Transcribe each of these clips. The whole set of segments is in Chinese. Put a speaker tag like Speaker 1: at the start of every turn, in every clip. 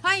Speaker 1: 欢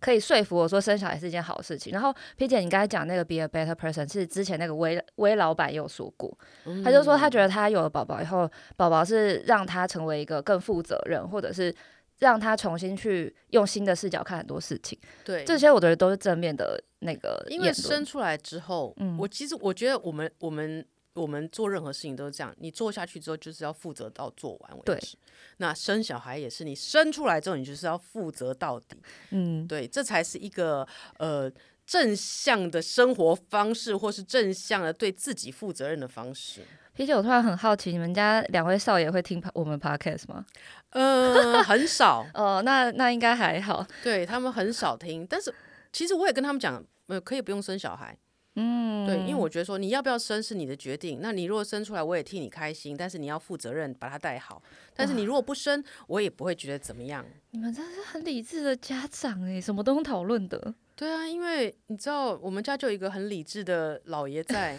Speaker 2: 可以说服我说生小孩是一件好事情。然后 P 姐，你刚才讲那个 be a better person 是之前那个微微老板也有说过，他就说他
Speaker 3: 嗯
Speaker 2: 觉得他有了宝宝以后，宝宝是让他成为一个更负责任，或者是。让他重新去用新的视角看很多事情，
Speaker 3: 对
Speaker 2: 这些我觉得都是正面的那个
Speaker 3: 嗯因为
Speaker 2: 言论
Speaker 3: 生出来之后，
Speaker 2: 嗯
Speaker 3: 我其实我觉得我们我们我们做任何事情都是这样，你做下去之后就是要负责到做完为
Speaker 2: 对
Speaker 3: 止。那生小孩也是，你生出来之后你就是要负责到底，
Speaker 2: 嗯，
Speaker 3: 对，这才是一个呃正向的生活方式，或是正向的对自己负责任的方式。
Speaker 2: 皮姐，我突然很好奇，你们家两位少爷会听 po- 我们 podcast 吗？
Speaker 3: 呃， 很少，
Speaker 2: 哦，那那应该还好。
Speaker 3: 对他们很少听。但是其实我也跟他们讲，呃，可以不用生小孩。
Speaker 2: 嗯，
Speaker 3: 对，因为我觉得说你要不要生是你的决定，那你如果生出来，我也替你开心，但是你要负责任把它带好。但是你如果不生，我也不会觉得怎么样。
Speaker 2: 你们真是很理智的家长哎，什么都能讨论的。
Speaker 3: 对啊，因为你知道我们家就有一个很理智的老爷 在，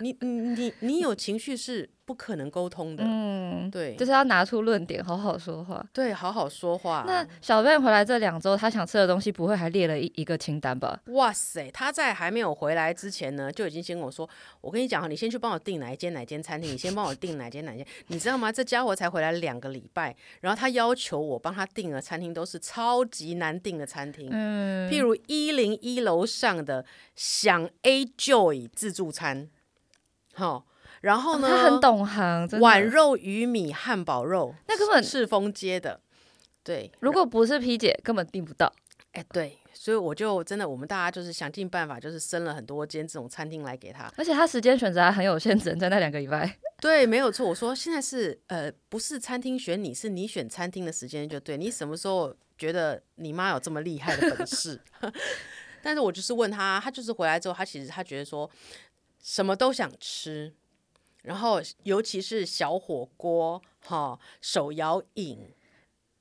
Speaker 3: 你你你你有情绪是不可能沟通的，
Speaker 2: 嗯，
Speaker 3: 对
Speaker 2: 就是要拿出论点，好好说话。
Speaker 3: 对，好好说话。
Speaker 2: 那小贝回来这两周，他想吃的东西不会还列了一一个清单吧？
Speaker 3: 哇塞，他在还没有回来之前呢，就已经先跟我说：“我跟你讲哈，哦你先去帮我订哪一间哪一间餐厅，你先帮我订哪一间哪一间。”你知道吗？这家伙才回来两个礼拜，然后他要求我帮他订的餐厅都是超级难订的餐厅，
Speaker 2: 嗯，
Speaker 3: 譬如一零一楼上的享 A Joy 自助餐，好、然后呢，
Speaker 2: 哦他很懂行，真的
Speaker 3: 碗肉鱼米汉堡肉，
Speaker 2: 那根本
Speaker 3: 赤峰街的，对，
Speaker 2: 如果不是 P 姐，根本订不到。
Speaker 3: 哎，对，所以我就真的，我们大家就是想尽办法，就是生了很多间这种餐厅来给他。
Speaker 2: 而且他时间选择还很有限，只能在那两个礼拜。
Speaker 3: 对，没有错。我说现在是呃，不是餐厅选你，是你选餐厅的时间就对。你什么时候觉得你妈有这么厉害的本事？ 但是我就是问他，他就是回来之后，他其实他觉得说什么都想吃，然后尤其是小火锅、哈、手摇饮，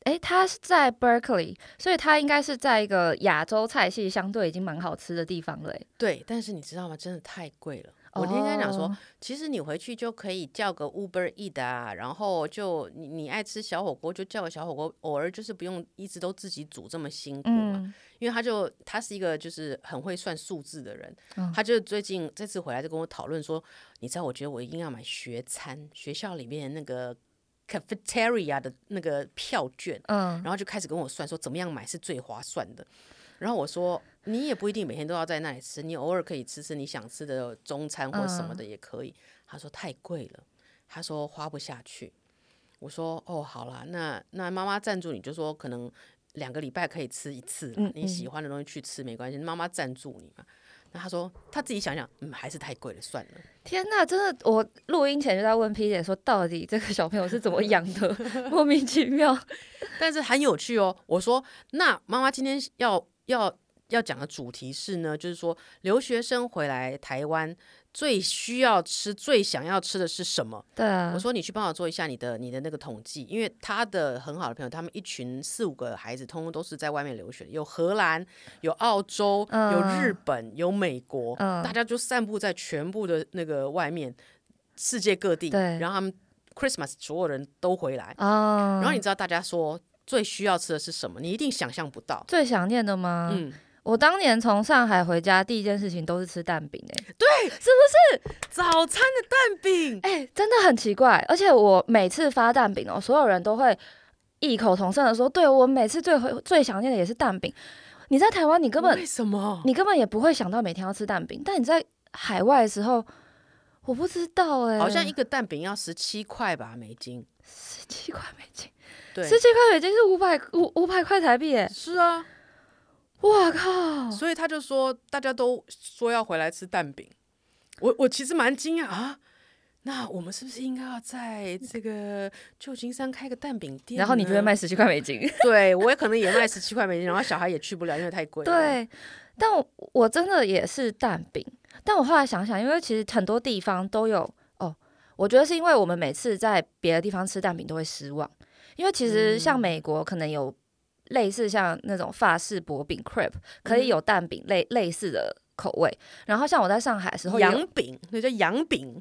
Speaker 2: 诶，他是在 Berkeley，所以他应该是在一个亚洲菜系相对已经蛮好吃的地方了诶。
Speaker 3: 对，但是你知道吗？真的太贵了。我今天跟他讲说
Speaker 2: 哦
Speaker 3: 其实你回去就可以叫个 Uber E 的啊，然后就你你爱吃小火锅就叫个小火锅，偶尔就是不用一直都自己煮这么辛苦嘛。
Speaker 2: 嗯，
Speaker 3: 因为他就他是一个就是很会算数字的人，
Speaker 2: 嗯
Speaker 3: 他就最近这次回来就跟我讨论说，你知道我觉得我一定要买学餐，学校里面那个 cafeteria 的那个票券，
Speaker 2: 嗯，
Speaker 3: 然后就开始跟我算说怎么样买是最划算的。然后我说你也不一定每天都要在那里吃，你偶尔可以吃吃你想吃的中餐或什么的也可以。
Speaker 2: 嗯
Speaker 3: 他说太贵了，他说花不下去。我说哦，好啦，那那妈妈赞助你就说可能两个礼拜可以吃一次啦，
Speaker 2: 嗯
Speaker 3: 你喜欢的东西去吃没关系，妈妈赞助你嘛。那他说他自己想想，嗯，还是太贵了，算了。
Speaker 2: 天呐，真的，我录音前就在问 P 姐说，到底这个小朋友是怎么养的， 莫名其妙。
Speaker 3: 但是很有趣哦。我说，那妈妈今天要要要讲的主题是呢，就是说留学生回来台湾最需要吃、最想要吃的是什么？
Speaker 2: 对啊，
Speaker 3: 我说你去帮我做一下你的你的那个统计，因为他的很好的朋友，他们一群四五个孩子，通通都是在外面留学，有荷兰，有澳洲，
Speaker 2: 嗯
Speaker 3: 有日本，有美国，
Speaker 2: 嗯
Speaker 3: 大家就散布在全部的那个外面，世界各地。
Speaker 2: 对
Speaker 3: 然后他们 Christmas 所有人都回来，
Speaker 2: 啊，
Speaker 3: 然后你知道大家说最需要吃的是什么？你一定想象不到。
Speaker 2: 最想念的吗？
Speaker 3: 嗯，
Speaker 2: 我当年从上海回家，第一件事情都是吃蛋饼诶、
Speaker 3: 早餐的蛋饼，
Speaker 2: 哎、真的很奇怪。而且我每次发蛋饼哦，所有人都会异口同声的说，对我每次最会最想念的也是蛋饼。你在台湾，你根本
Speaker 3: 为什么？
Speaker 2: 你根本也不会想到每天要吃蛋饼，但你在海外的时候，我不知道哎、
Speaker 3: 好像一个蛋饼要十七块吧，美金。
Speaker 2: 十七块美金，
Speaker 3: 对，
Speaker 2: 十七块美金是五百五五百块台币哎、
Speaker 3: 是啊，
Speaker 2: 哇靠！
Speaker 3: 所以他就说大家都说要回来吃蛋饼，我我其实蛮惊讶啊。那我们是不是应该要在这个旧金山开个蛋饼店呢？
Speaker 2: 然后你就会卖十七块美金。
Speaker 3: 对我也可能也卖十七块美金，然后小孩也去不了，因为太贵。，
Speaker 2: 对，但我我真的也是蛋饼，但我后来想想，因为其实很多地方都有哦，我觉得是因为我们每次在别的地方吃蛋饼都会失望，因为其实像美国可能有类似像那种法式薄饼 crepe，可以有蛋饼类类似的。口味，然后像我在上海的时候也有，
Speaker 3: 羊饼那叫羊饼，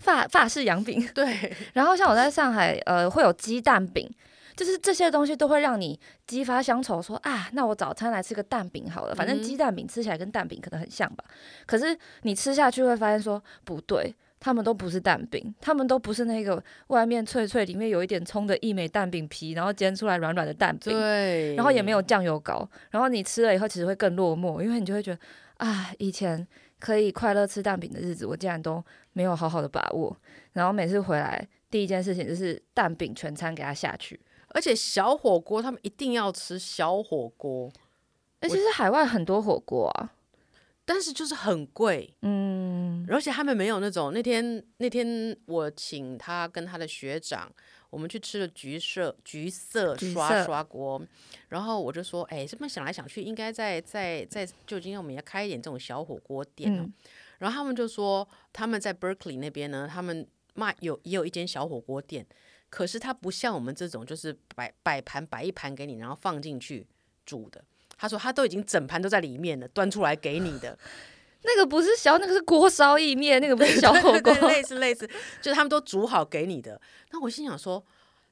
Speaker 2: 法法式羊饼，
Speaker 3: 对，
Speaker 2: 然后像我在上海，呃，会有鸡蛋饼，就是这些东西都会让你激发乡愁说，啊，那我早餐来吃个蛋饼好了，反正
Speaker 3: 嗯
Speaker 2: 鸡蛋饼吃起来跟蛋饼可能很像吧。可是你吃下去会发现说不对。他们都不是蛋饼，他们都不是那个外面脆脆、里面有一点葱的意美蛋饼皮，然后煎出来软软的蛋饼，
Speaker 3: 对
Speaker 2: 然后也没有酱油膏，然后你吃了以后其实会更落寞，因为你就会觉得啊，以前可以快乐吃蛋饼的日子，我竟然都没有好好的把握。然后每次回来，第一件事情就是蛋饼全餐给它下去。
Speaker 3: 而且小火锅他们一定要吃小火锅，
Speaker 2: 而其实海外很多火锅啊，
Speaker 3: 但是就是很贵，
Speaker 2: 嗯，
Speaker 3: 而且他们没有那种那天那天我请他跟他的学长，我们去吃了橘色橘色
Speaker 2: 橘
Speaker 3: 刷
Speaker 2: 色
Speaker 3: 刷锅，然后我就说，哎，这么想来想去，应该在在在旧金山我们要开一点这种小火锅店哦、
Speaker 2: 嗯
Speaker 3: 然后他们就说他们在 Berkeley 那边呢，他们卖有也有一间小火锅店，可是它不像我们这种就是摆摆盘摆一盘给你，然后放进去煮的。他说他都已经整盘都在里面了，端出来给你的。
Speaker 2: 那个不是小，那个是锅烧意面，那个不是小火锅
Speaker 3: 对。类似类似，就是他们都煮好给你的。那我心想说，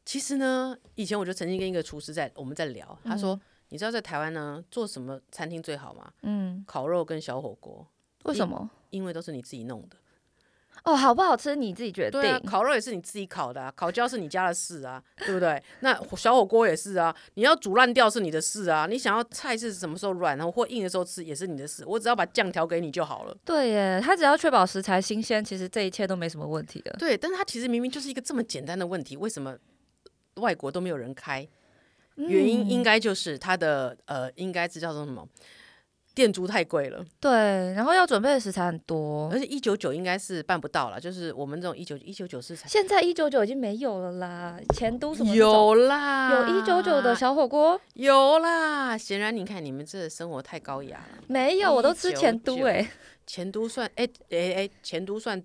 Speaker 3: 其实呢，以前我就曾经跟一个厨师在我们在聊，他说。你知道在台湾呢做什么餐厅最好吗？
Speaker 2: 嗯，
Speaker 3: 烤肉跟小火锅，
Speaker 2: 为什么？
Speaker 3: 因为都是你自己弄的。
Speaker 2: 哦，好不好吃你自己决定
Speaker 3: 对。啊，烤肉也是你自己烤的、啊，烤焦是你家的事啊，对不对？那小火锅也是啊，你要煮烂掉是你的事啊，你想要菜是什么时候软或硬的时候吃也是你的事，我只要把酱调给你就好了。
Speaker 2: 对耶，他只要确保食材新鲜，其实这一切都没什么问题的。
Speaker 3: 对，但是它其实明明就是一个这么简单的问题，为什么外国都没有人开？原因
Speaker 2: 嗯
Speaker 3: 应该就是它的呃，应该是叫做什么？店租太贵了，
Speaker 2: 对，然后要准备的食材很多
Speaker 3: 而。且一九九应该是办不到了，就是我们这种一九一九九是才
Speaker 2: 现在一九九已经没有了啦，前都什么那种
Speaker 3: 有啊啦，
Speaker 2: 有一九九的小火锅
Speaker 3: 有啦，显然你看你们这生活太高雅了。
Speaker 2: 没有，我都吃前都
Speaker 3: 199
Speaker 2: 哎、
Speaker 3: 前都算哎哎哎，前都算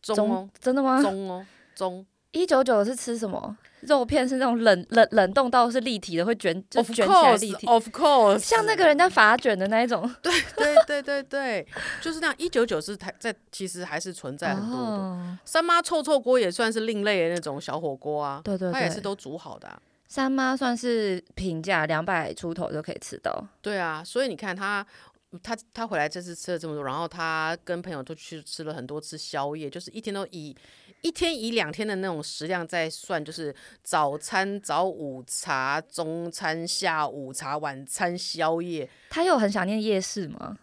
Speaker 3: 中
Speaker 2: 中啊
Speaker 3: 哦，
Speaker 2: 真的吗？
Speaker 3: 中哦， 中。
Speaker 2: 一九九是吃什么？肉片是那种冷冷冷冻到是立体的，会卷就
Speaker 3: Of
Speaker 2: 卷起来立体
Speaker 3: course, 哦 of course，
Speaker 2: 像那个人家法卷的那一种。
Speaker 3: 对对对对对，就是那样。一九九是台在其实还是存在很多的。
Speaker 2: 哦，
Speaker 3: 三妈臭臭锅也算是另类的那种小火锅啊，
Speaker 2: 对对
Speaker 3: 它也是
Speaker 2: 对，
Speaker 3: 都煮好的、啊。
Speaker 2: 三妈算是平价两百出头就可以吃到。
Speaker 3: 对啊，所以你看他，他他回来这次吃了这么多，然后他跟朋友都去吃了很多次宵夜，就是一天都以一天以两天的那种食量在算，就是早餐、早午茶、中餐、下午茶、晚餐、宵夜。
Speaker 2: 他有很想念夜市吗？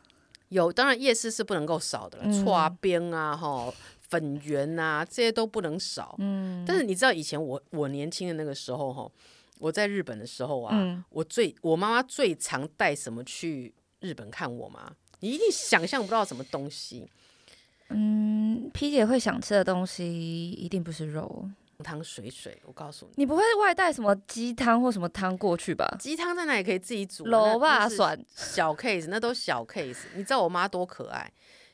Speaker 3: 有，当然夜市是不能够少的了，
Speaker 2: 嗯
Speaker 3: 串、边啊，吼，粉圆啊，这些都不能少。
Speaker 2: 嗯，
Speaker 3: 但是你知道以前我我年轻的那个时候哈，我在日本的时候啊，
Speaker 2: 嗯
Speaker 3: 我最我妈妈最常带什么去日本看我吗？你一定想象不到什么东西，
Speaker 2: 嗯，P 姐会想吃的东西一定不是肉，哦
Speaker 3: 汤汤水水，我告诉你，
Speaker 2: 你不会外带什么鸡汤或什么汤过去吧？
Speaker 3: 鸡汤在那里可以自己煮，那
Speaker 2: 楼吧，
Speaker 3: 那是
Speaker 2: 蒜
Speaker 3: 小 case，那都小 case。你知道我妈多可爱？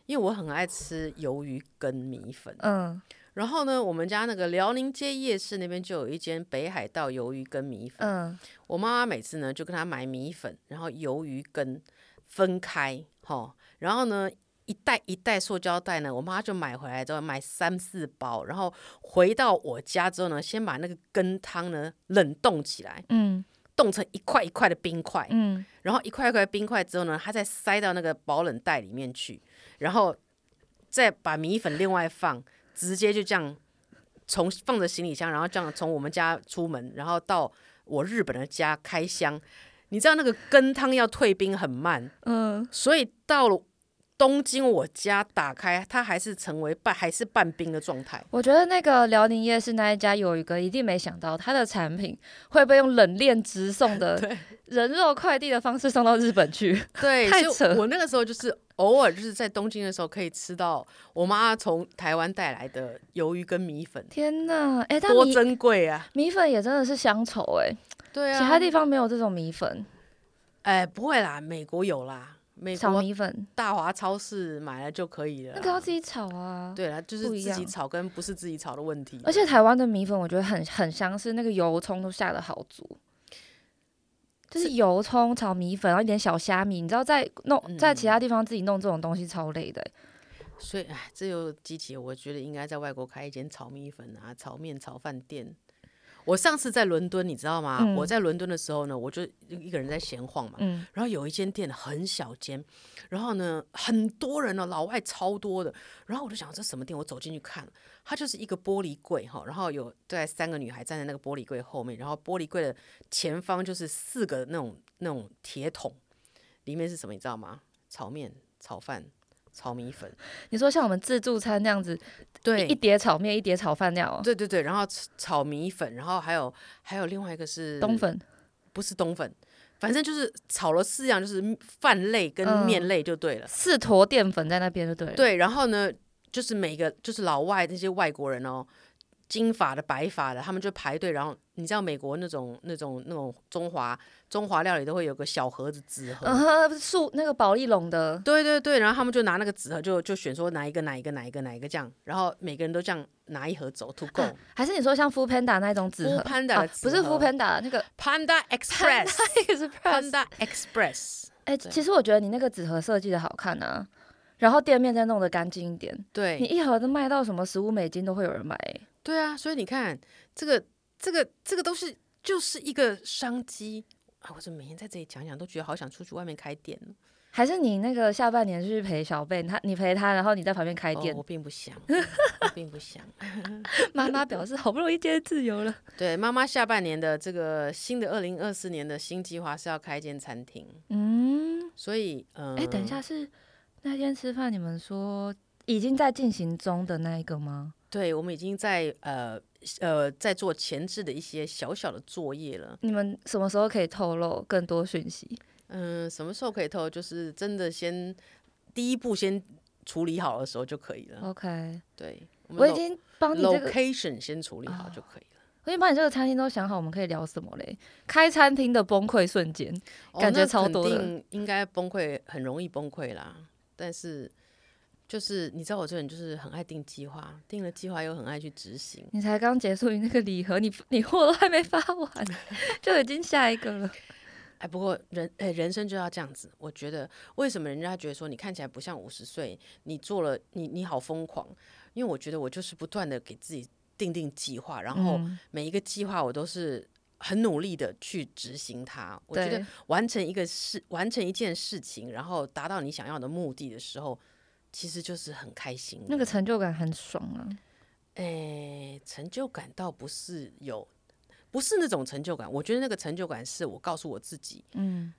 Speaker 3: 因为我很爱吃鱿鱼跟米粉，
Speaker 2: 嗯
Speaker 3: 然后呢，我们家那个辽宁街夜市那边就有一间北海道鱿鱼跟米粉，
Speaker 2: 嗯，
Speaker 3: 我妈妈每次呢就跟她买米粉，然后鱿鱼羹分开，哈、然后呢一袋一袋塑胶袋呢，我妈就买回来之后买三四包，然后回到我家之后呢，先把那个羹汤呢冷冻起来，
Speaker 2: 嗯
Speaker 3: 冻成一块一块的冰块，
Speaker 2: 嗯，
Speaker 3: 然后一块一块冰块之后呢，她再塞到那个保冷袋里面去，然后再把米粉另外放，直接就这样从放着行李箱，然后这样从我们家出门，然后到我日本的家开箱。你知道那个羹汤要退冰很慢，
Speaker 2: 嗯，
Speaker 3: 所以到了东京我家打开，它还是成为半还是半冰的状态。
Speaker 2: 我觉得那个辽宁夜市那一家有一个，一定没想到它的产品会被用冷链直送的
Speaker 3: 对
Speaker 2: 人肉快递的方式送到日本去。
Speaker 3: 对，
Speaker 2: 太
Speaker 3: 所
Speaker 2: 扯
Speaker 3: 以我那个时候就是偶尔就是在东京的时候可以吃到我妈从台湾带来的鱿鱼跟米粉，
Speaker 2: 天呐，哎、但
Speaker 3: 多
Speaker 2: 米
Speaker 3: 珍贵啊！
Speaker 2: 米粉也真的是乡愁哎、
Speaker 3: 对
Speaker 2: 其他
Speaker 3: 啊，
Speaker 2: 地方没有这种米粉，
Speaker 3: 哎，不会啦，美国有啦，美
Speaker 2: 炒
Speaker 3: 国
Speaker 2: 米粉
Speaker 3: 大华超市买了就可以了啦。
Speaker 2: 那个要自己炒啊。
Speaker 3: 对啦，就是
Speaker 2: 不一
Speaker 3: 自己
Speaker 2: 样
Speaker 3: 炒跟不是自己炒的问题。
Speaker 2: 而且台湾的米粉我觉得很很相似，那个油葱都下的好足，就是油葱炒米粉，然后一点小虾米，你知道在弄
Speaker 3: 嗯
Speaker 2: 在其他地方自己弄这种东西超累的欸、
Speaker 3: 所以，哎，这又激起我觉得应该在外国开一间炒米粉啊、炒面、炒饭店。我上次在伦敦，你知道吗？
Speaker 2: 嗯
Speaker 3: 我在伦敦的时候呢，我就一个人在闲晃嘛，
Speaker 2: 嗯，
Speaker 3: 然后有一间店很小间，然后呢很多人哦，老外超多的。然后我就想这什么店？我走进去看，它就是一个玻璃柜哈，然后有大概三个女孩站在那个玻璃柜后面，然后玻璃柜的前方就是四个那种那种铁桶，里面是什么你知道吗？炒面、炒饭、炒米粉，
Speaker 2: 你说像我们自助餐那样子，
Speaker 3: 对
Speaker 2: 一一碟炒面一碟炒饭那样、哦，
Speaker 3: 对对对，然后炒炒米粉，然后还有还有另外一个是
Speaker 2: 冬，粉
Speaker 3: 不是冬粉，反正就是炒了四样，就是饭类跟
Speaker 2: 嗯
Speaker 3: 面类就对了。
Speaker 2: 四坨淀粉在那边就对了。，
Speaker 3: 对，然后呢，就是每个就是老外那些外国人哦，金发的、白发的，他们就排队。然后你知道美国那种那种那种中华中华料理都会有个小盒子纸盒。
Speaker 2: 嗯哼，素那个保利龙的，
Speaker 3: 对对对，然后他们就拿那个纸盒就就选说哪一个哪一个哪一个哪一个这样，然后每个人都这样拿一盒走，to go。
Speaker 2: 还是你说像 f o o Panda 那种纸盒
Speaker 3: 啊 Foodpanda
Speaker 2: 啊
Speaker 3: 的纸
Speaker 2: 不是 f
Speaker 3: 盒
Speaker 2: o o Panda 那个
Speaker 3: Panda Express，Panda
Speaker 2: Express。
Speaker 3: Express，
Speaker 2: 哎、
Speaker 3: 对
Speaker 2: 其实我觉得你那个纸盒设计的好看啊，然后店面再弄得干净一点，
Speaker 3: 对，
Speaker 2: 你一盒都卖到什么十五美金都会有人买、哎
Speaker 3: 对啊，所以你看，这个、这个、这个都是就是一个商机啊！我怎么每天在这里讲讲，都觉得好想出去外面开店呢？
Speaker 2: 还是你那个下半年去陪小贝，他你陪他，然后你在旁边开店
Speaker 3: 哦，我。并不想，嗯我并不想。
Speaker 2: 妈妈表示好不容易今天自由了，
Speaker 3: 对，妈妈下半年的这个新的二零二四年的新计划是要开一间餐厅，
Speaker 2: 嗯，
Speaker 3: 所以 嗯，
Speaker 2: 哎、等一下，是那天吃饭你们说已经在进行中的那一个吗？
Speaker 3: 对我们已经在呃呃在做前置的一些小小的作业了。
Speaker 2: 你们什么时候可以透露更多讯息？
Speaker 3: 嗯，什么时候可以透？就是真的先第一步先处理好的时候就可以了。
Speaker 2: OK，
Speaker 3: 对，嗯我们
Speaker 2: 哦我已
Speaker 3: 都
Speaker 2: 经帮你这个，
Speaker 3: location 先处理好就可以了。
Speaker 2: 我已经把你这个餐厅都想好，我们可以聊什么嘞？开餐厅的崩溃瞬间，
Speaker 3: 哦
Speaker 2: 感觉
Speaker 3: 那
Speaker 2: 超
Speaker 3: 肯
Speaker 2: 多的
Speaker 3: 定应该崩溃，很容易崩溃啦。但是就是你知道我这人就是很爱定计划，定了计划又很爱去执行。
Speaker 2: 你才刚结束你那个礼盒，你你货都还没发 完，就已经下一个了。
Speaker 3: 哎，不过人哎人生就要这样子。我觉得为什么人家觉得说你看起来不像五十岁，你做了你你好疯狂，因为我觉得我就是不断的给自己定定计划，然后
Speaker 2: 嗯
Speaker 3: 每一个计划我都是。很努力的去执行它，我觉得
Speaker 2: 对，
Speaker 3: 完成一个事，完成一件事情，然后达到你想要的目的的时候，其实就是很开心的。
Speaker 2: 那个成就感很爽啊。
Speaker 3: 诶，成就感倒不是有，不是那种成就感。我觉得那个成就感是我告诉我自己，
Speaker 2: 嗯，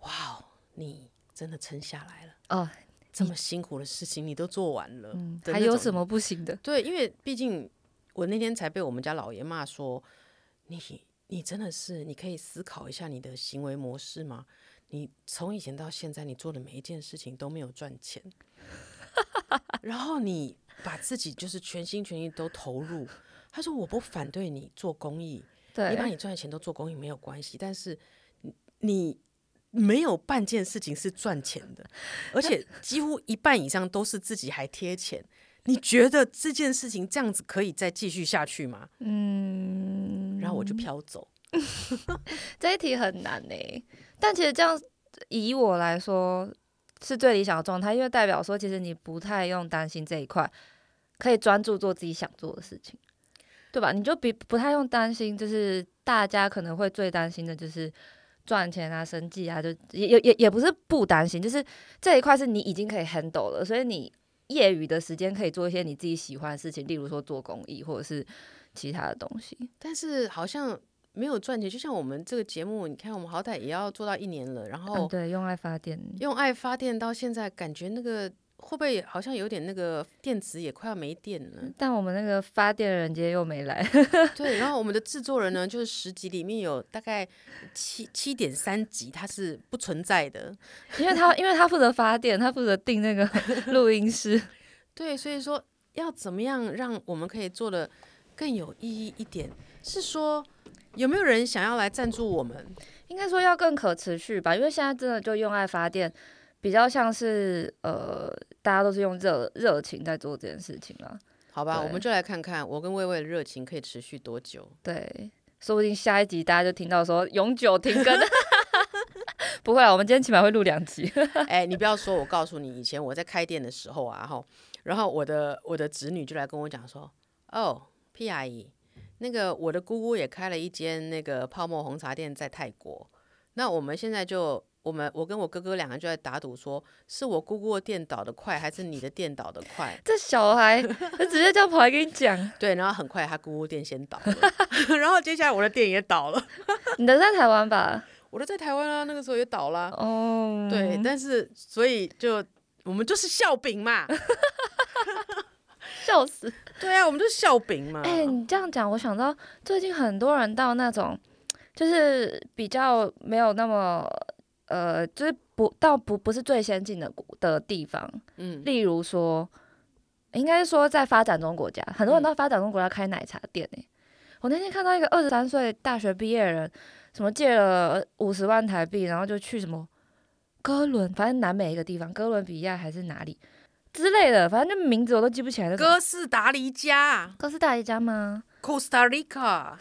Speaker 3: 哇哦，你真的撑下来了，
Speaker 2: 哦，
Speaker 3: 这么辛苦的事情你都做完了，
Speaker 2: 嗯，
Speaker 3: 的
Speaker 2: 还
Speaker 3: 那
Speaker 2: 有
Speaker 3: 种
Speaker 2: 什么不行的？
Speaker 3: 对，因为毕竟我那天才被我们家老爷骂说，你你真的是，你可以思考一下你的行为模式吗？你从以前到现在，你做的每一件事情都没有赚钱， 然后你把自己就是全心全意都投入。他说：“我不反对你做公益，你把
Speaker 2: 对，
Speaker 3: 你赚的钱都做公益没有关系，但是你你没有半件事情是赚钱的，而 且几乎一半以上都是自己还贴钱。你觉得这件事情这样子可以再继续下去吗？
Speaker 2: 嗯，
Speaker 3: 然后我就飘走。
Speaker 2: 这一题很难呢、但其实这样以我来说是最理想的状态，因为代表说其实你不太用担心这一块，可以专注做自己想做的事情，对吧？你就比不太用担心，就是大家可能会最担心的就是。赚钱啊，生计啊，就也也也也不是不担心，就是这一块是你已经可以 handle 了，所以你业余的时间可以做一些你自己喜欢的事情，例如说做公益或者是其他的东西。
Speaker 3: 但是好像没有赚钱，就像我们这个节目，你看我们好歹也要做到一年了，然
Speaker 2: 嗯，
Speaker 3: 后
Speaker 2: 对，用爱发电。
Speaker 3: 用爱发电到现在，感觉那个会不会好像有点那个电池也快要没电了？
Speaker 2: 但我们那个发电人今天又没来，
Speaker 3: 对，然后我们的制作人呢，就是十集里面有大概七七点三集，它是不存在的。
Speaker 2: 因为他因为他负责发电，他负责订那个录音师。
Speaker 3: 对，所以说要怎么样让我们可以做的更有意义一点，是说有没有人想要来赞助我们？
Speaker 2: 应该说要更可持续吧，因为现在真的就用爱发电，比较像是呃，大家都是用热热情在做这件事情啊。
Speaker 3: 好吧，我
Speaker 2: 对
Speaker 3: 们就来看看我跟魏魏的热情可以持续多久。
Speaker 2: 对，说不定下一集大家就听到说永久停更。 不会啊，我们今天起码会录两集。
Speaker 3: 哎、你不要说，我告诉你，以前我在开店的时候啊，哈，然后我的我的侄女就来跟我讲说，哦，P 阿姨，那个我的姑姑也开了一间那个泡沫红茶店在泰国，那我们现在就。我们我跟我哥哥两个就在打赌说是我姑姑的店倒的快，还是你的店倒的快？
Speaker 2: 这小孩，他直接这样跑来跟你讲，
Speaker 3: 对，然后很快他姑姑店先倒了， 然后接下来我的店也倒了，
Speaker 2: 你的在台湾吧？
Speaker 3: 我都在台湾啊，那个时候也倒啦。
Speaker 2: 哦，
Speaker 3: 对，但是所以就我们就是笑柄嘛，
Speaker 2: 笑死。嗯哎
Speaker 3: 对啊，我们就是笑柄嘛。
Speaker 2: 哎、你这样讲，我想到最近很多人到那种就是比较没有那么呃，就是不到不不是最先进的国的地方，
Speaker 3: 嗯，
Speaker 2: 例如说，应该是说在发展中国家，很多人到发展中国家开奶茶店诶、我那天看到一个二十三岁大学毕业的人，什么借了五十万台币，然后就去什么哥伦，反正南美一个地方，哥伦比亚还是哪里之类的，反正就名字我都记不起来那种。
Speaker 3: 哥斯达黎加啊
Speaker 2: 哥斯达黎加吗？
Speaker 3: （Costa Rica）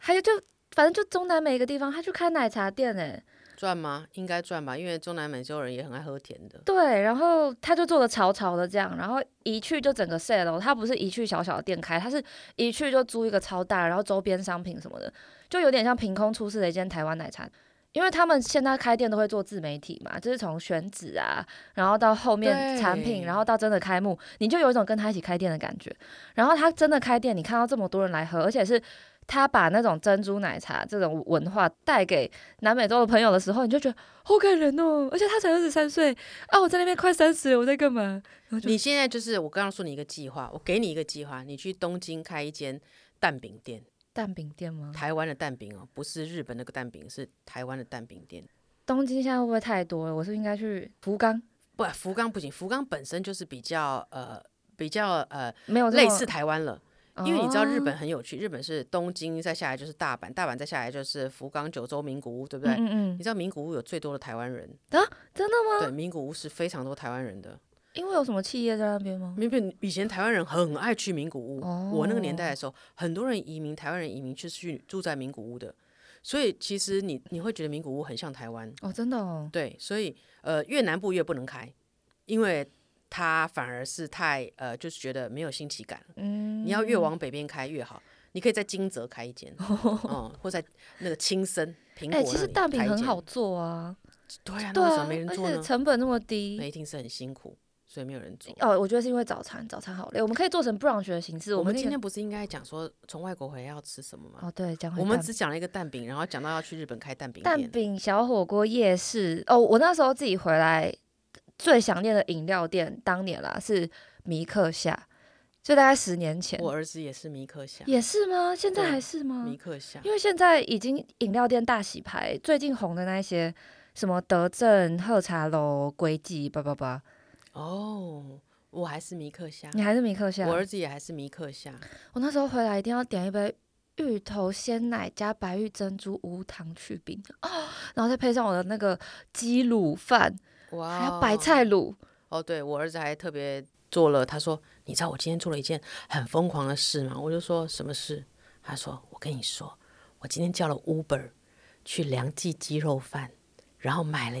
Speaker 2: 还有就反正就中南美一个地方，他去开奶茶店诶、
Speaker 3: 赚吗？应该赚吧，因为中南美洲人也很爱喝甜的。
Speaker 2: 对，然后他就做的潮潮的这样，然后一去就整个 set 哦，他不是一去小小的店开，他是一去就租一个超大，然后周边商品什么的，就有点像凭空出世的一间台湾奶茶。因为他们现在开店都会做自媒体嘛，就是从选址啊，然后到后面
Speaker 3: 对
Speaker 2: 产品，然后到真的开幕，你就有一种跟他一起开店的感觉。然后他真的开店，你看到这么多人来喝，而且是他把那种珍珠奶茶这种文化带给南美洲的朋友的时候，你就觉得好感人哦。而且他才二十三岁啊，我在那边快三十了，我在干嘛？然后就
Speaker 3: 你现在就是我刚刚说你一个计划，我给你一个计划，你去东京开一间蛋饼店，
Speaker 2: 蛋饼店吗？
Speaker 3: 台湾的蛋饼哦，不是日本那个蛋饼，是台湾的蛋饼店。
Speaker 2: 东京现在会不会太多了？我是不是应该去福冈？
Speaker 3: 不，福冈不行，福冈本身就是比较呃比较呃
Speaker 2: 没哦有这么
Speaker 3: 类似，台湾了。因为你知道日
Speaker 2: 哦
Speaker 3: 本很有趣，日本是东京，再下来就是大阪，大阪再下来就是福冈、九州、名古屋，对不对？
Speaker 2: 嗯嗯
Speaker 3: 你知道名古屋有最多的台湾人，
Speaker 2: 嗯，真的吗？
Speaker 3: 对，名古屋是非常多台湾人的。
Speaker 2: 因为有什么企业在那边吗？
Speaker 3: 明明以前台湾人很爱去名古屋，我那个年
Speaker 2: 哦
Speaker 3: 代的时候，很多人移民，台湾人移民就是去住在名古屋的，所以其实你你会觉得名古屋很像台湾，
Speaker 2: 哦，真的哦，
Speaker 3: 对，所以呃越南部越不能开，因为它反而是太呃就是觉得没有新奇感，
Speaker 2: 嗯，
Speaker 3: 你要越往北边开越好。你可以在金泽开一 间，嗯，或在那个青森苹果那里开
Speaker 2: 哎、
Speaker 3: 一间。
Speaker 2: 其实蛋饼很好做啊，
Speaker 3: 对啊，那
Speaker 2: 对
Speaker 3: 为什么
Speaker 2: 啊，
Speaker 3: 没人
Speaker 2: 而
Speaker 3: 做
Speaker 2: 且
Speaker 3: 呢？
Speaker 2: 成本那么
Speaker 3: 那
Speaker 2: 低。
Speaker 3: 一定是很辛苦，所以没有人做。
Speaker 2: 哦，我觉得是因为早餐，早餐好累，我们可以做成 brunch 的形式。
Speaker 3: 我们
Speaker 2: 可以
Speaker 3: 今天不是应该讲说从外国回来要吃什么吗？
Speaker 2: 哦，对，讲回
Speaker 3: 我们
Speaker 2: 蛋
Speaker 3: 只讲了一个蛋饼，然后讲到要去日本开蛋饼
Speaker 2: 蛋
Speaker 3: 店。
Speaker 2: 饼小火锅夜市。哦，我那时候自己回来最想念的饮料店，当年啦是米克夏，就大概十年前。
Speaker 3: 我儿子也是米克夏，
Speaker 2: 也是吗？现在
Speaker 3: 对
Speaker 2: 还是吗？
Speaker 3: 米克夏
Speaker 2: 因为现在已经饮料店大洗牌，最近红的那一些什么德政、喝茶楼、龟记，叭叭
Speaker 3: 啊
Speaker 2: 叭，
Speaker 3: 哦，我还是米克夏，
Speaker 2: 你还是米克夏。
Speaker 3: 我
Speaker 2: 我
Speaker 3: 儿子也还是米克夏。
Speaker 2: 那时候回来一定要点一杯芋头鲜奶加白玉珍珠无糖去冰哦，然后再配上我的那个鸡卤饭，
Speaker 3: 哇
Speaker 2: 还有白菜卤，
Speaker 3: 哦，对我儿子还特别做了，他说：“你知道我今天做了一件很疯狂的事吗？”我就说：“什么事？”他说：“我跟你说，我今天叫了 Uber 去良记鸡肉饭，然后买了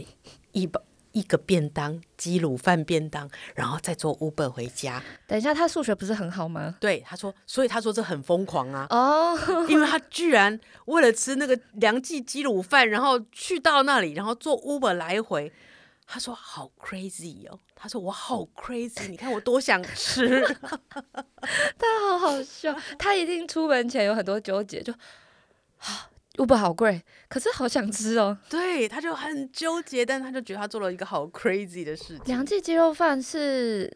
Speaker 3: 一包一个便当鸡卤饭便当，然后再坐 Uber 回家。
Speaker 2: 等一下，他数学不是很好吗”？
Speaker 3: 对，他说，所以他说这很疯狂啊，
Speaker 2: 哦，
Speaker 3: 因为他居然为了吃那个良记鸡卤饭，然后去到那里，然后坐 Uber 来回。他说好 crazy 哦，他说我好 crazy，你看我多 想吃。
Speaker 2: 他好好笑，他一定出门前有很多纠结，就啊，Uber 好贵，可是好想吃哦。
Speaker 3: 对，他就很纠结，但他就觉得他做了一个好 crazy 的事情
Speaker 2: 良。记鸡肉饭是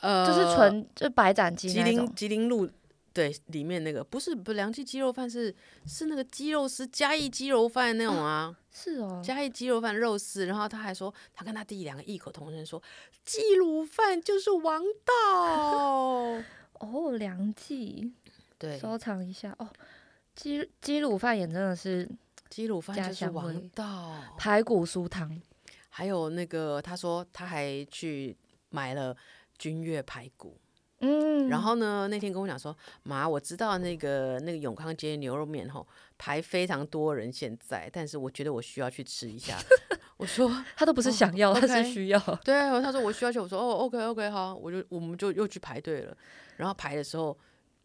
Speaker 3: 呃
Speaker 2: 就是纯就白斩鸡
Speaker 3: 吉
Speaker 2: 那一种
Speaker 3: 林，吉林路对里面那个不是不是良记鸡肉饭是是那个鸡肉丝嘉义鸡肉饭那种啊，
Speaker 2: 是哦，
Speaker 3: 嘉义鸡肉饭肉丝，然后他还说他跟他弟弟两个异口同声说鸡卤饭就是王 道。
Speaker 2: 哦，良记
Speaker 3: 对，
Speaker 2: 收藏一下哦。鸡鸡卤饭也真的是
Speaker 3: 鸡卤饭
Speaker 2: 家
Speaker 3: 就是
Speaker 2: 乡味
Speaker 3: 王道。
Speaker 2: 排骨酥汤，
Speaker 3: 还有那个他说他还去买了君越排骨。
Speaker 2: 嗯，
Speaker 3: 然后呢，那天跟我讲说，妈，我知道那个那个永康街牛肉面吼排非常多人现在，但是我觉得我需要去吃一下。 我说
Speaker 2: 他都不是想要，
Speaker 3: 哦
Speaker 2: 他是
Speaker 3: OK
Speaker 2: 需要，
Speaker 3: 对，他说我需要去，我说哦，OK OK 好，我就我们就又去排队了。然后排的时候，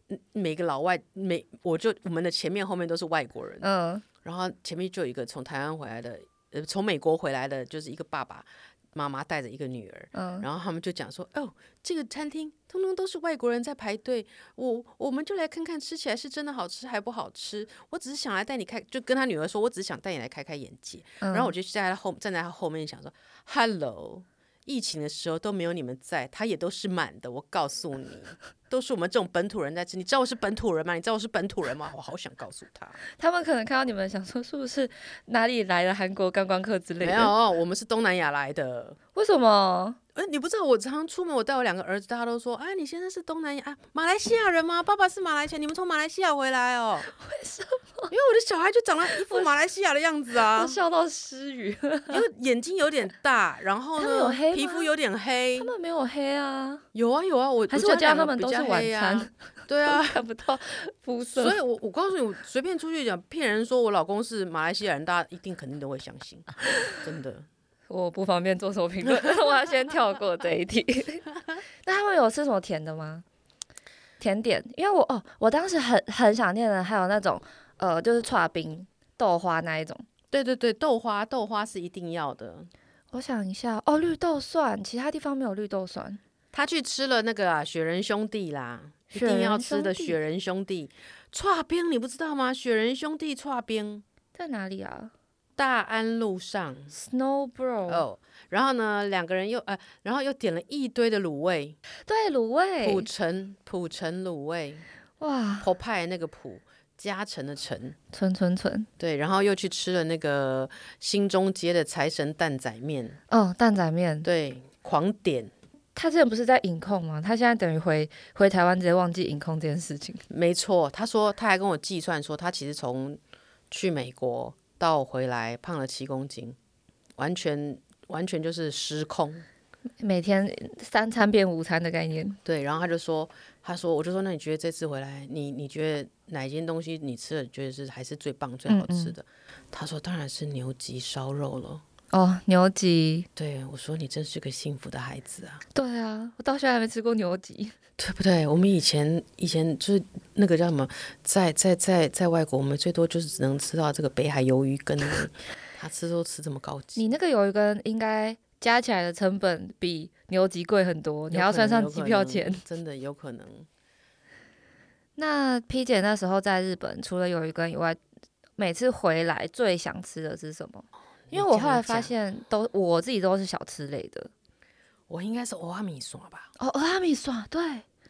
Speaker 3: 嗯每个老外每我就我们的前面后面都是外国人，
Speaker 2: 嗯，
Speaker 3: 然后前面就有一个从台湾回来的，呃，从美国回来的，就是一个爸爸妈妈带着一个女儿，
Speaker 2: 嗯
Speaker 3: 然后他们就讲说，哦，这个餐厅通通都是外国人在排队，我我们就来看看吃起来是真的好吃还不好吃。我只是想来带你开，就跟他女儿说，我只是想带你来开开眼界。
Speaker 2: 嗯
Speaker 3: 然后我就在他后站在他后面想说，Hello。疫情的时候都没有你们在，它也都是满的。我告诉你，都是我们这种本土人在吃。你知道我是本土人吗？你知道我是本土人吗？我好想告诉他，
Speaker 2: 他们可能看到你们，想说是不是哪里来的韩国观光客之类
Speaker 3: 没
Speaker 2: 的？
Speaker 3: 有，我们是东南亚来的。
Speaker 2: 为什么？
Speaker 3: 哎，你不知道我常常出门，我带我两个儿子，大家都说：“哎，你先生是东南亚、啊、马来西亚人吗？爸爸是马来西亚，你们从马来西亚回来哦？”为什么？因为我的小孩就长了一副马来西亚的样子啊
Speaker 2: 我，笑到失语。
Speaker 3: 因为眼睛有点大，然后
Speaker 2: 他们有
Speaker 3: 呢
Speaker 2: 黑，吗
Speaker 3: 皮肤有点黑
Speaker 2: 他。们没有黑啊，
Speaker 3: 有啊有啊，我
Speaker 2: 还是
Speaker 3: 我
Speaker 2: 我家
Speaker 3: 两
Speaker 2: 他
Speaker 3: 个
Speaker 2: 们
Speaker 3: 比
Speaker 2: 都是
Speaker 3: 较
Speaker 2: 晚
Speaker 3: 黑啊
Speaker 2: 餐，
Speaker 3: 对啊，
Speaker 2: 看不到肤色。
Speaker 3: 所以我我告诉你，我随便出去讲骗人，说我老公是马来西亚人，大家一定肯定都会相 信，真的。
Speaker 2: 我不方便做什么评论， 我要先跳过这 一题。那他们有吃什么甜的吗？甜点，因为我哦，我当时很很想念的，还有那种呃，就是串冰、豆花那一种。
Speaker 3: 对对对，豆花豆花是一定要的。
Speaker 2: 我想一下，哦，绿豆蒜，其他地方没有绿豆蒜。
Speaker 3: 他去吃了那个啊雪人兄弟啦，一
Speaker 2: 雪
Speaker 3: 定要
Speaker 2: 人
Speaker 3: 吃的
Speaker 2: 兄弟
Speaker 3: 雪人兄弟串冰，你不知道吗？雪人兄弟串冰，
Speaker 2: 在哪里啊
Speaker 3: 大安路上
Speaker 2: ？Snow Bro，、
Speaker 3: 哦。然后呢，两个人又呃，然后又点了一堆的卤味，
Speaker 2: 对，卤
Speaker 3: 普
Speaker 2: 味，
Speaker 3: 城普城卤味，
Speaker 2: 哇，
Speaker 3: 婆派那个普，加成的成。
Speaker 2: 纯纯纯，
Speaker 3: 对，然后又去吃了那个新中街的财神蛋仔面，
Speaker 2: 哦，蛋仔面。
Speaker 3: 对，狂点，
Speaker 2: 他之前不是在影控吗？他现在等于回回台湾，直接忘记影控这件事情。
Speaker 3: 没错。他说他还跟我计算说，他其实从去美国到回来胖了七公斤，完全完全就是失控。
Speaker 2: 每天三餐变午餐的概念，
Speaker 3: 对，然后他就说，他说，我就说，那你觉得这次回来，你你觉得哪一件东西你吃了，你觉得是还是最棒、最好吃的？他说，当然是牛脊烧肉了。
Speaker 2: 哦，牛脊，
Speaker 3: 对我说，你真是个幸福的孩子啊。
Speaker 2: 对啊，我到现在还没吃过牛脊。
Speaker 3: 对不对？我们以前以前就是那个叫什么，在在在在外国，我们最多就是只能吃到这个北海鱿鱼羹而已。他吃都吃这么高级，
Speaker 2: 你那个鱿鱼羹应该加起来的成本比牛脊贵很多，你还要
Speaker 3: 有可能
Speaker 2: 算上机票钱。，
Speaker 3: 有可能真的有可能。
Speaker 2: 那 P 姐那时候在日本，除了鱿鱼羹以外，每次回来最想吃的是什么？因为我后来发
Speaker 3: 你这样
Speaker 2: 现都我自己都是小吃类的。
Speaker 3: 讲，我应该是欧阿米刷吧？
Speaker 2: 哦，俄阿米爽，对，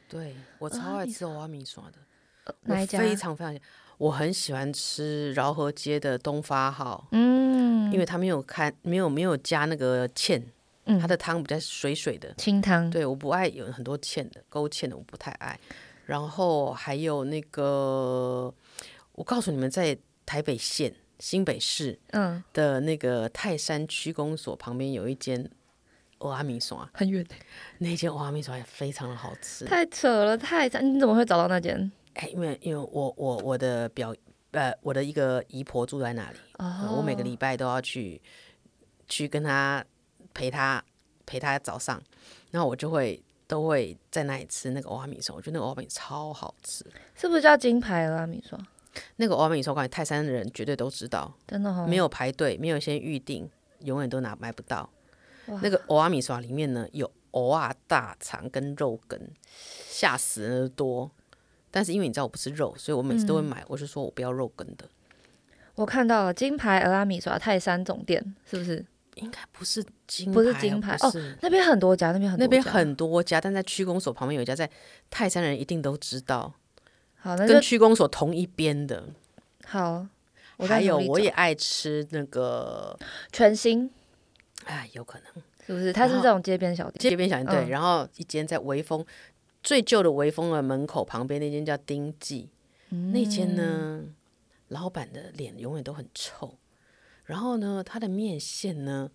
Speaker 3: 对我超爱吃欧阿米刷的，
Speaker 2: 呃
Speaker 3: 我
Speaker 2: 哪一家？
Speaker 3: 非常非常，我很喜欢吃饶河街的东发号，
Speaker 2: 嗯，
Speaker 3: 因为它没有开，没有没有加那个芡，
Speaker 2: 嗯
Speaker 3: 它的汤比较水水的。
Speaker 2: 清汤，
Speaker 3: 对，我不爱有很多芡的勾芡的，我不太爱。然后还有那个，我告诉你们，在台北县新北市
Speaker 2: 嗯，
Speaker 3: 的那个泰山区公所旁边有一间欧阿米爽，
Speaker 2: 很远
Speaker 3: 那间欧阿米爽也非常的好吃。
Speaker 2: 太扯了，太惨！你怎么会找到那间？
Speaker 3: 哎，因为因为我我我的表呃我的一个姨婆住在那里，呃我每个礼拜都要去去跟她陪她陪她早上，然后我就会都会在那里吃那个欧阿米寿，我觉得那个欧阿米超好吃。
Speaker 2: 是不是叫金牌了、啊？米说
Speaker 3: 那个欧阿米寿，我感觉泰山的人绝对都知道，
Speaker 2: 真的哦，
Speaker 3: 没有排队，没有先预定，永远都拿买不到
Speaker 2: 哇。
Speaker 3: 那个欧阿米刷里面呢，有欧啊大肠跟肉羹，吓死人的多。但是因为你知道我不吃肉，所以我每次都会
Speaker 2: 嗯
Speaker 3: 买，我就说我不要肉羹的。
Speaker 2: 我看到了金牌俄阿米耍泰山总店，是不是？
Speaker 3: 应该不是金牌啊，
Speaker 2: 不是金牌
Speaker 3: 不是
Speaker 2: 那边很多家，那边很多
Speaker 3: 那边
Speaker 2: 家
Speaker 3: 很多家，但在区公所旁边有一家，在泰山人一定都知道，
Speaker 2: 好，那
Speaker 3: 跟
Speaker 2: 就
Speaker 3: 区公所同一边的。
Speaker 2: 好。我再
Speaker 3: 还有，
Speaker 2: 努力
Speaker 3: 我也
Speaker 2: 找
Speaker 3: 爱吃那个，
Speaker 2: 全新，
Speaker 3: 哎，有可能。
Speaker 2: 是不是？它是
Speaker 3: 然后
Speaker 2: 这种街边小店，
Speaker 3: 街边小店对，
Speaker 2: 嗯
Speaker 3: 然后一间在微风最旧的微风的门口旁边那间叫丁记，那间呢，老板的脸永远都很臭，然后呢，他的面线呢，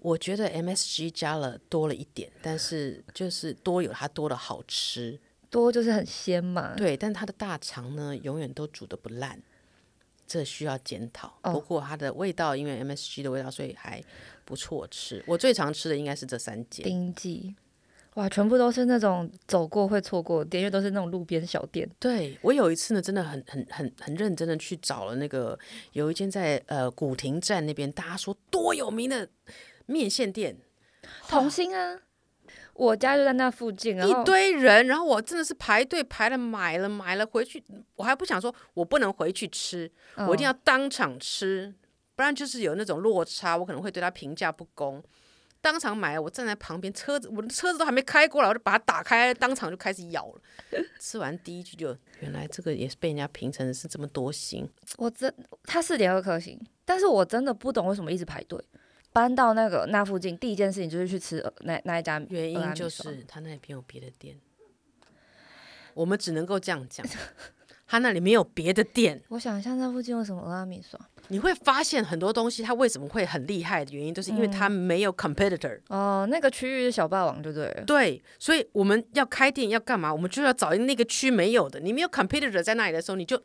Speaker 3: 我觉得 MSG 加了多了一点，但是就是多有它多的好吃，
Speaker 2: 多就是很鲜嘛。
Speaker 3: 对，但它的大肠呢，永远都煮的不烂。这需要检讨，
Speaker 2: 哦
Speaker 3: 不过它的味道，因为 MSG 的味道，所以还不错吃。我最常吃的应该是这三间，
Speaker 2: 丁记，哇，全部都是那种走过会错过的店，因为都是那种路边小店。
Speaker 3: 对我有一次呢，真的很很很很认真的去找了那个有一间在呃古亭站那边，大家说多有名的面线店，
Speaker 2: 同心啊，我家就在那附近，然后
Speaker 3: 一堆人，然后我真的是排队排了买了买了回去，我还不想说我不能回去吃，
Speaker 2: 嗯
Speaker 3: 我一定要当场吃，不然就是有那种落差，我可能会对他评价不公。当场买了，我站在旁边，车子我的车子都还没开过来，我就把它打开，当场就开始咬了。 吃完第一句就，原来这个也是被人家评成是这么多星，
Speaker 2: 我真它四点二颗星，但是我真的不懂为什么一直排队。搬到那个那附近，第一件事情就是去吃呃那那一家，
Speaker 3: 原
Speaker 2: 俄阿
Speaker 3: 因
Speaker 2: 米
Speaker 3: 就
Speaker 2: 爽
Speaker 3: 是他那里没有别的店，我们只能够这样讲， 他那里没有别的店。
Speaker 2: 我想一下那附近有什么俄阿米爽
Speaker 3: 你会发现很多东西，它为什么会很厉害的原因，就是因为
Speaker 2: 嗯
Speaker 3: 它没有 competitor。
Speaker 2: 哦，那个区域是小霸王就对了。
Speaker 3: 对，所以我们要开店要干嘛？我们就要找那个区没有的。你没有 competitor 在那里的时候，你就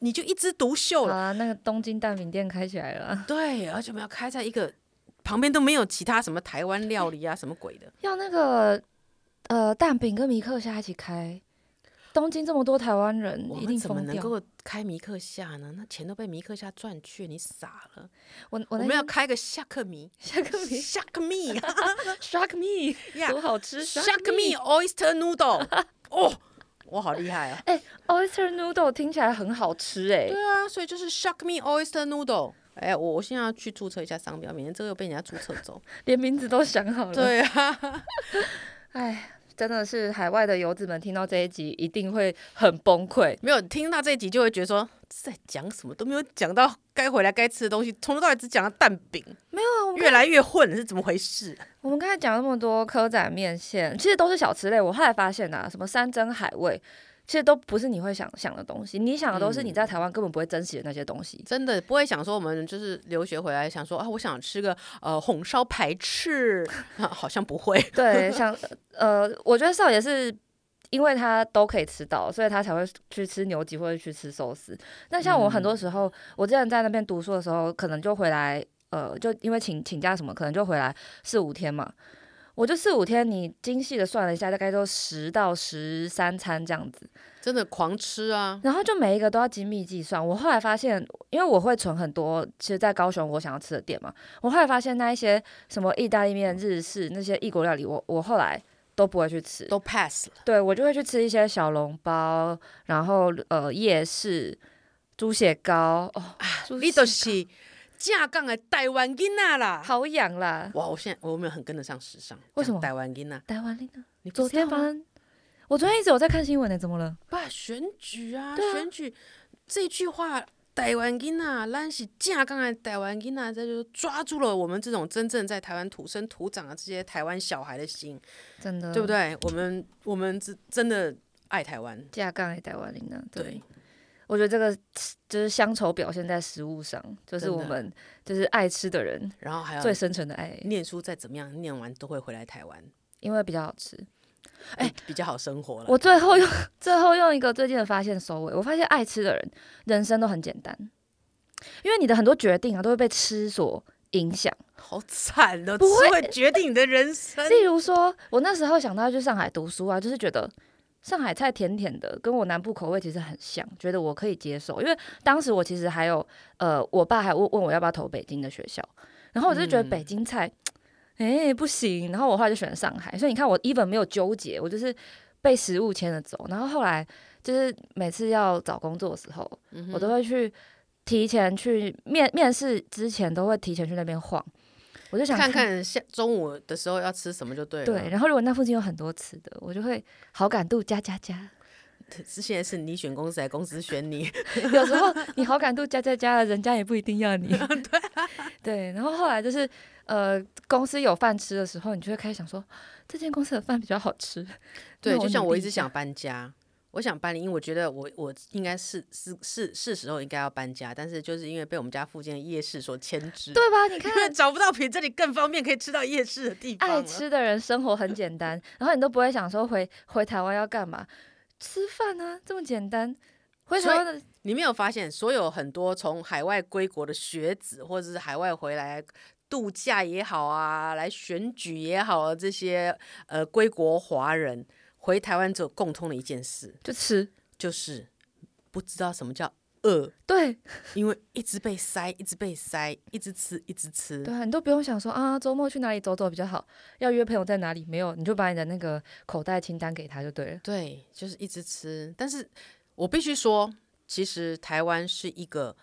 Speaker 3: 你就一枝独秀
Speaker 2: 好
Speaker 3: 了。
Speaker 2: 啦，那个东京蛋饼店开起来了，
Speaker 3: 对，而且我们要开在一个旁边都没有其他什么台湾料理啊，什么鬼的。
Speaker 2: 要那个呃蛋饼跟米克虾一起开。东京这么多台湾人，
Speaker 3: 我
Speaker 2: 嗯一
Speaker 3: 们
Speaker 2: 定
Speaker 3: 怎么
Speaker 2: 疯
Speaker 3: 能
Speaker 2: 掉。
Speaker 3: 够开米克夏呢？那钱都被米克夏赚去，你傻了？
Speaker 2: 我
Speaker 3: 我
Speaker 2: 我那
Speaker 3: 们
Speaker 2: 天
Speaker 3: 要开个夏克 米
Speaker 2: Shark me,
Speaker 3: 夏克 米
Speaker 2: shark me，
Speaker 3: 呀
Speaker 2: 多好吃
Speaker 3: 夏克米 oyster noodle，哦，我好厉害啊！
Speaker 2: oyster noodle 听起来很好吃 哎、
Speaker 3: 对啊，所以就是 Shark Me Oyster Noodle。哎，我我现在要去注册一下商标，免得这个又被人家注册走。
Speaker 2: 连名字都想好了。，
Speaker 3: 对啊，
Speaker 2: 哎，真的是海外的游子们听到这一集一定会很崩溃。
Speaker 3: 没有听到这一集就会觉得说在讲什么都没有讲到该回来该吃的东西，从头到尾只讲到蛋饼，
Speaker 2: 没有啊，我们
Speaker 3: 越来越混是怎么回事？
Speaker 2: 我们刚才讲那么多蚵仔面线，其实都是小吃类。我后来发现啊，什么山珍海味，其实都不是你会想想的东西。你想的都是你在台湾根本不会珍惜的那些东西。
Speaker 3: 真的不会想说我们就是留学回来想说啊，我想吃个呃红烧排翅，啊 好像不会。
Speaker 2: 对，像呃，我觉得少爷是因为他都可以吃到，所以他才会去吃牛脊或者去吃寿司。那像我很多时候，我之前在那边读书的时候，可能就回来，呃，就因为请请假什么，可能就回来四五天嘛。我就四五天，你精细的算了一下，大概都十到十三餐这样子，
Speaker 3: 真的狂吃啊！
Speaker 2: 然后就每一个都要精密计算。我后来发现，因为我会存很多，其实，在高雄我想要吃的店嘛，我后来发现那一些什么意大利面、日式那些异国料理，我我后来都不会去吃，
Speaker 3: 都 pass 了，
Speaker 2: 对我就会去吃一些小笼包，然后呃夜市猪血糕，哦，猪
Speaker 3: 啊你
Speaker 2: 血
Speaker 3: 都
Speaker 2: 糕
Speaker 3: 是架杠的台湾囡仔啦。
Speaker 2: 好痒啦！
Speaker 3: 哇，我现在我有没有很跟得上时尚？
Speaker 2: 为什
Speaker 3: 讲
Speaker 2: 么
Speaker 3: 台湾囡仔？
Speaker 2: 台湾丽呢？
Speaker 3: 你不
Speaker 2: 昨
Speaker 3: 知道啊
Speaker 2: 天
Speaker 3: 吗
Speaker 2: 发生，我昨天一直有在看新闻呢、怎么了？
Speaker 3: 爸选举啊，
Speaker 2: 对啊
Speaker 3: 选举这句话，台湾囡仔，咱是正刚才台湾囡仔，这就是抓住了我们这种真正在台湾土生土长的这些台湾小孩的心，
Speaker 2: 真的，
Speaker 3: 对不？对？我们我们真真的爱台湾，
Speaker 2: 架杠也台湾丽呢？对。
Speaker 3: 对
Speaker 2: 我觉得这个就是乡愁表现在食物上，就是
Speaker 3: 真的
Speaker 2: 我们就是爱吃的人
Speaker 3: 然后还要
Speaker 2: 最深沉的爱，
Speaker 3: 念书再怎么样，念完都会回来台湾，
Speaker 2: 因为比较好吃。
Speaker 3: 哎、比较好生活了。
Speaker 2: 我最后用最后用一个最近的发现收尾，我发现爱吃的人人生都很简单，因为你的很多决定啊都会被吃所影响。
Speaker 3: 好惨的，
Speaker 2: 不
Speaker 3: 吃会
Speaker 2: 会
Speaker 3: 决定你的人生。
Speaker 2: 例如说，我那时候想到去上海读书啊，就是觉得上海菜甜甜的，跟我南部口味其实很像，觉得我可以接受。因为当时我其实还有呃，我爸还问问我要不要投北京的学校，然后我就觉得
Speaker 3: 嗯
Speaker 2: 北京菜，哎、不行，然后我后来就选了上海。所以你看，我 even 没有纠结，我就是被食物牵着走。然后后来就是每次要找工作的时候，
Speaker 3: 嗯
Speaker 2: 我都会去。提前去面面试之前都会提前去那边晃，我就想
Speaker 3: 看看下中午的时候要吃什么就对啊了。
Speaker 2: 对，，然后如果那附近有很多吃的，我就会好感度加加加。
Speaker 3: 是现在是你选公司，还是公司选 你？
Speaker 2: 有时候你好感度加加加了，人家也不一 定要你。对、
Speaker 3: 啊
Speaker 2: 然后后来就是呃，公司有饭吃的时候，你就会开始想说，这间公司的饭比较好吃。
Speaker 3: 对，
Speaker 2: 那
Speaker 3: 就
Speaker 2: 我
Speaker 3: 像
Speaker 2: 努
Speaker 3: 我一
Speaker 2: 力
Speaker 3: 直
Speaker 2: 一下
Speaker 3: 想搬家，我想搬离，因为我觉得我我应该是是是是时候应该要搬家，但是就是因为被我们家附近的夜市所牵制，
Speaker 2: 对吧？你看
Speaker 3: 因。为 找不到比这里更方便可以吃到夜市的地方
Speaker 2: 爱
Speaker 3: 了。
Speaker 2: 吃的人生活很简单，然后你都不会想说回回台湾要干嘛，吃饭啊这么简单。回
Speaker 3: 所以
Speaker 2: 台湾的
Speaker 3: 你没有发现，所有很多从海外归国的学子，或者是海外回来度假也好啊，来选举也好啊，这些呃归国华人回台湾之后，共通的一件事
Speaker 2: 就吃，
Speaker 3: 就是不知道什么叫饿。
Speaker 2: 对
Speaker 3: 因为一直被塞，一直被塞，一直吃，一直吃
Speaker 2: 对。啊，你都不用想说啊，周末去哪里走走比较好，要约朋友在哪里？没有，你就把你的那个口袋清单给他就对了。
Speaker 3: 对，就是一直吃。但是我必须说，其实台湾是一个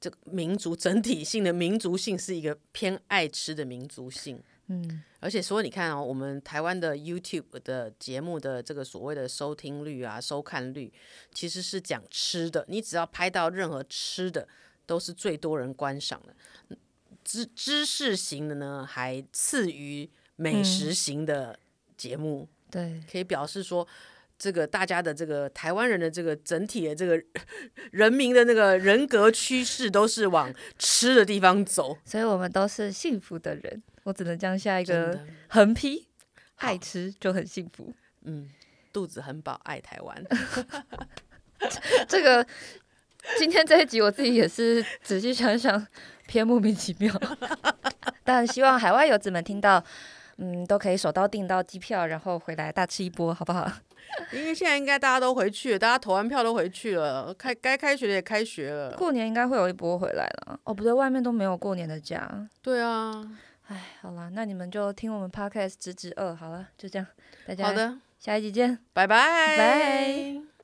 Speaker 3: 这个民族整体性的民族性是一个偏爱吃的民族性。
Speaker 2: 嗯，
Speaker 3: 而且所以你看哦，我们台湾的 YouTube 的节目的这个所谓的收听率啊、收看率，其实是讲吃的。你只要拍到任何吃的，都是最多人观赏的。知知识型的呢，还次于美食型的节目，
Speaker 2: 对，
Speaker 3: 可以表示说。这个大家的这个台湾人的这个整体的这个 人民的那个人格趋势都是往吃的地方走，
Speaker 2: 所以我们都是幸福的人。我只能这样下一
Speaker 3: 真
Speaker 2: 个
Speaker 3: 的，
Speaker 2: 横批：
Speaker 3: 好
Speaker 2: 爱吃就很幸福。
Speaker 3: 嗯，肚子很饱，爱台湾。
Speaker 2: 这个今天这一集我自己也是仔细想想，偏莫名其妙。 但希望海外游子们听到，嗯，都可以手到订到机票，然后回来大吃一波，好不好？
Speaker 3: 因为现在应该大家都回去了，大家投完票都回去了，开该开学的也开学了。
Speaker 2: 过年应该会有一波回来了。哦，不对，外面都没有过年的假。
Speaker 3: 对啊，
Speaker 2: 哎，好啦，那你们就听我们 podcast 止止饿好了，就这样，大家
Speaker 3: 好，的，
Speaker 2: 下一集见。
Speaker 3: 拜拜，
Speaker 2: 拜。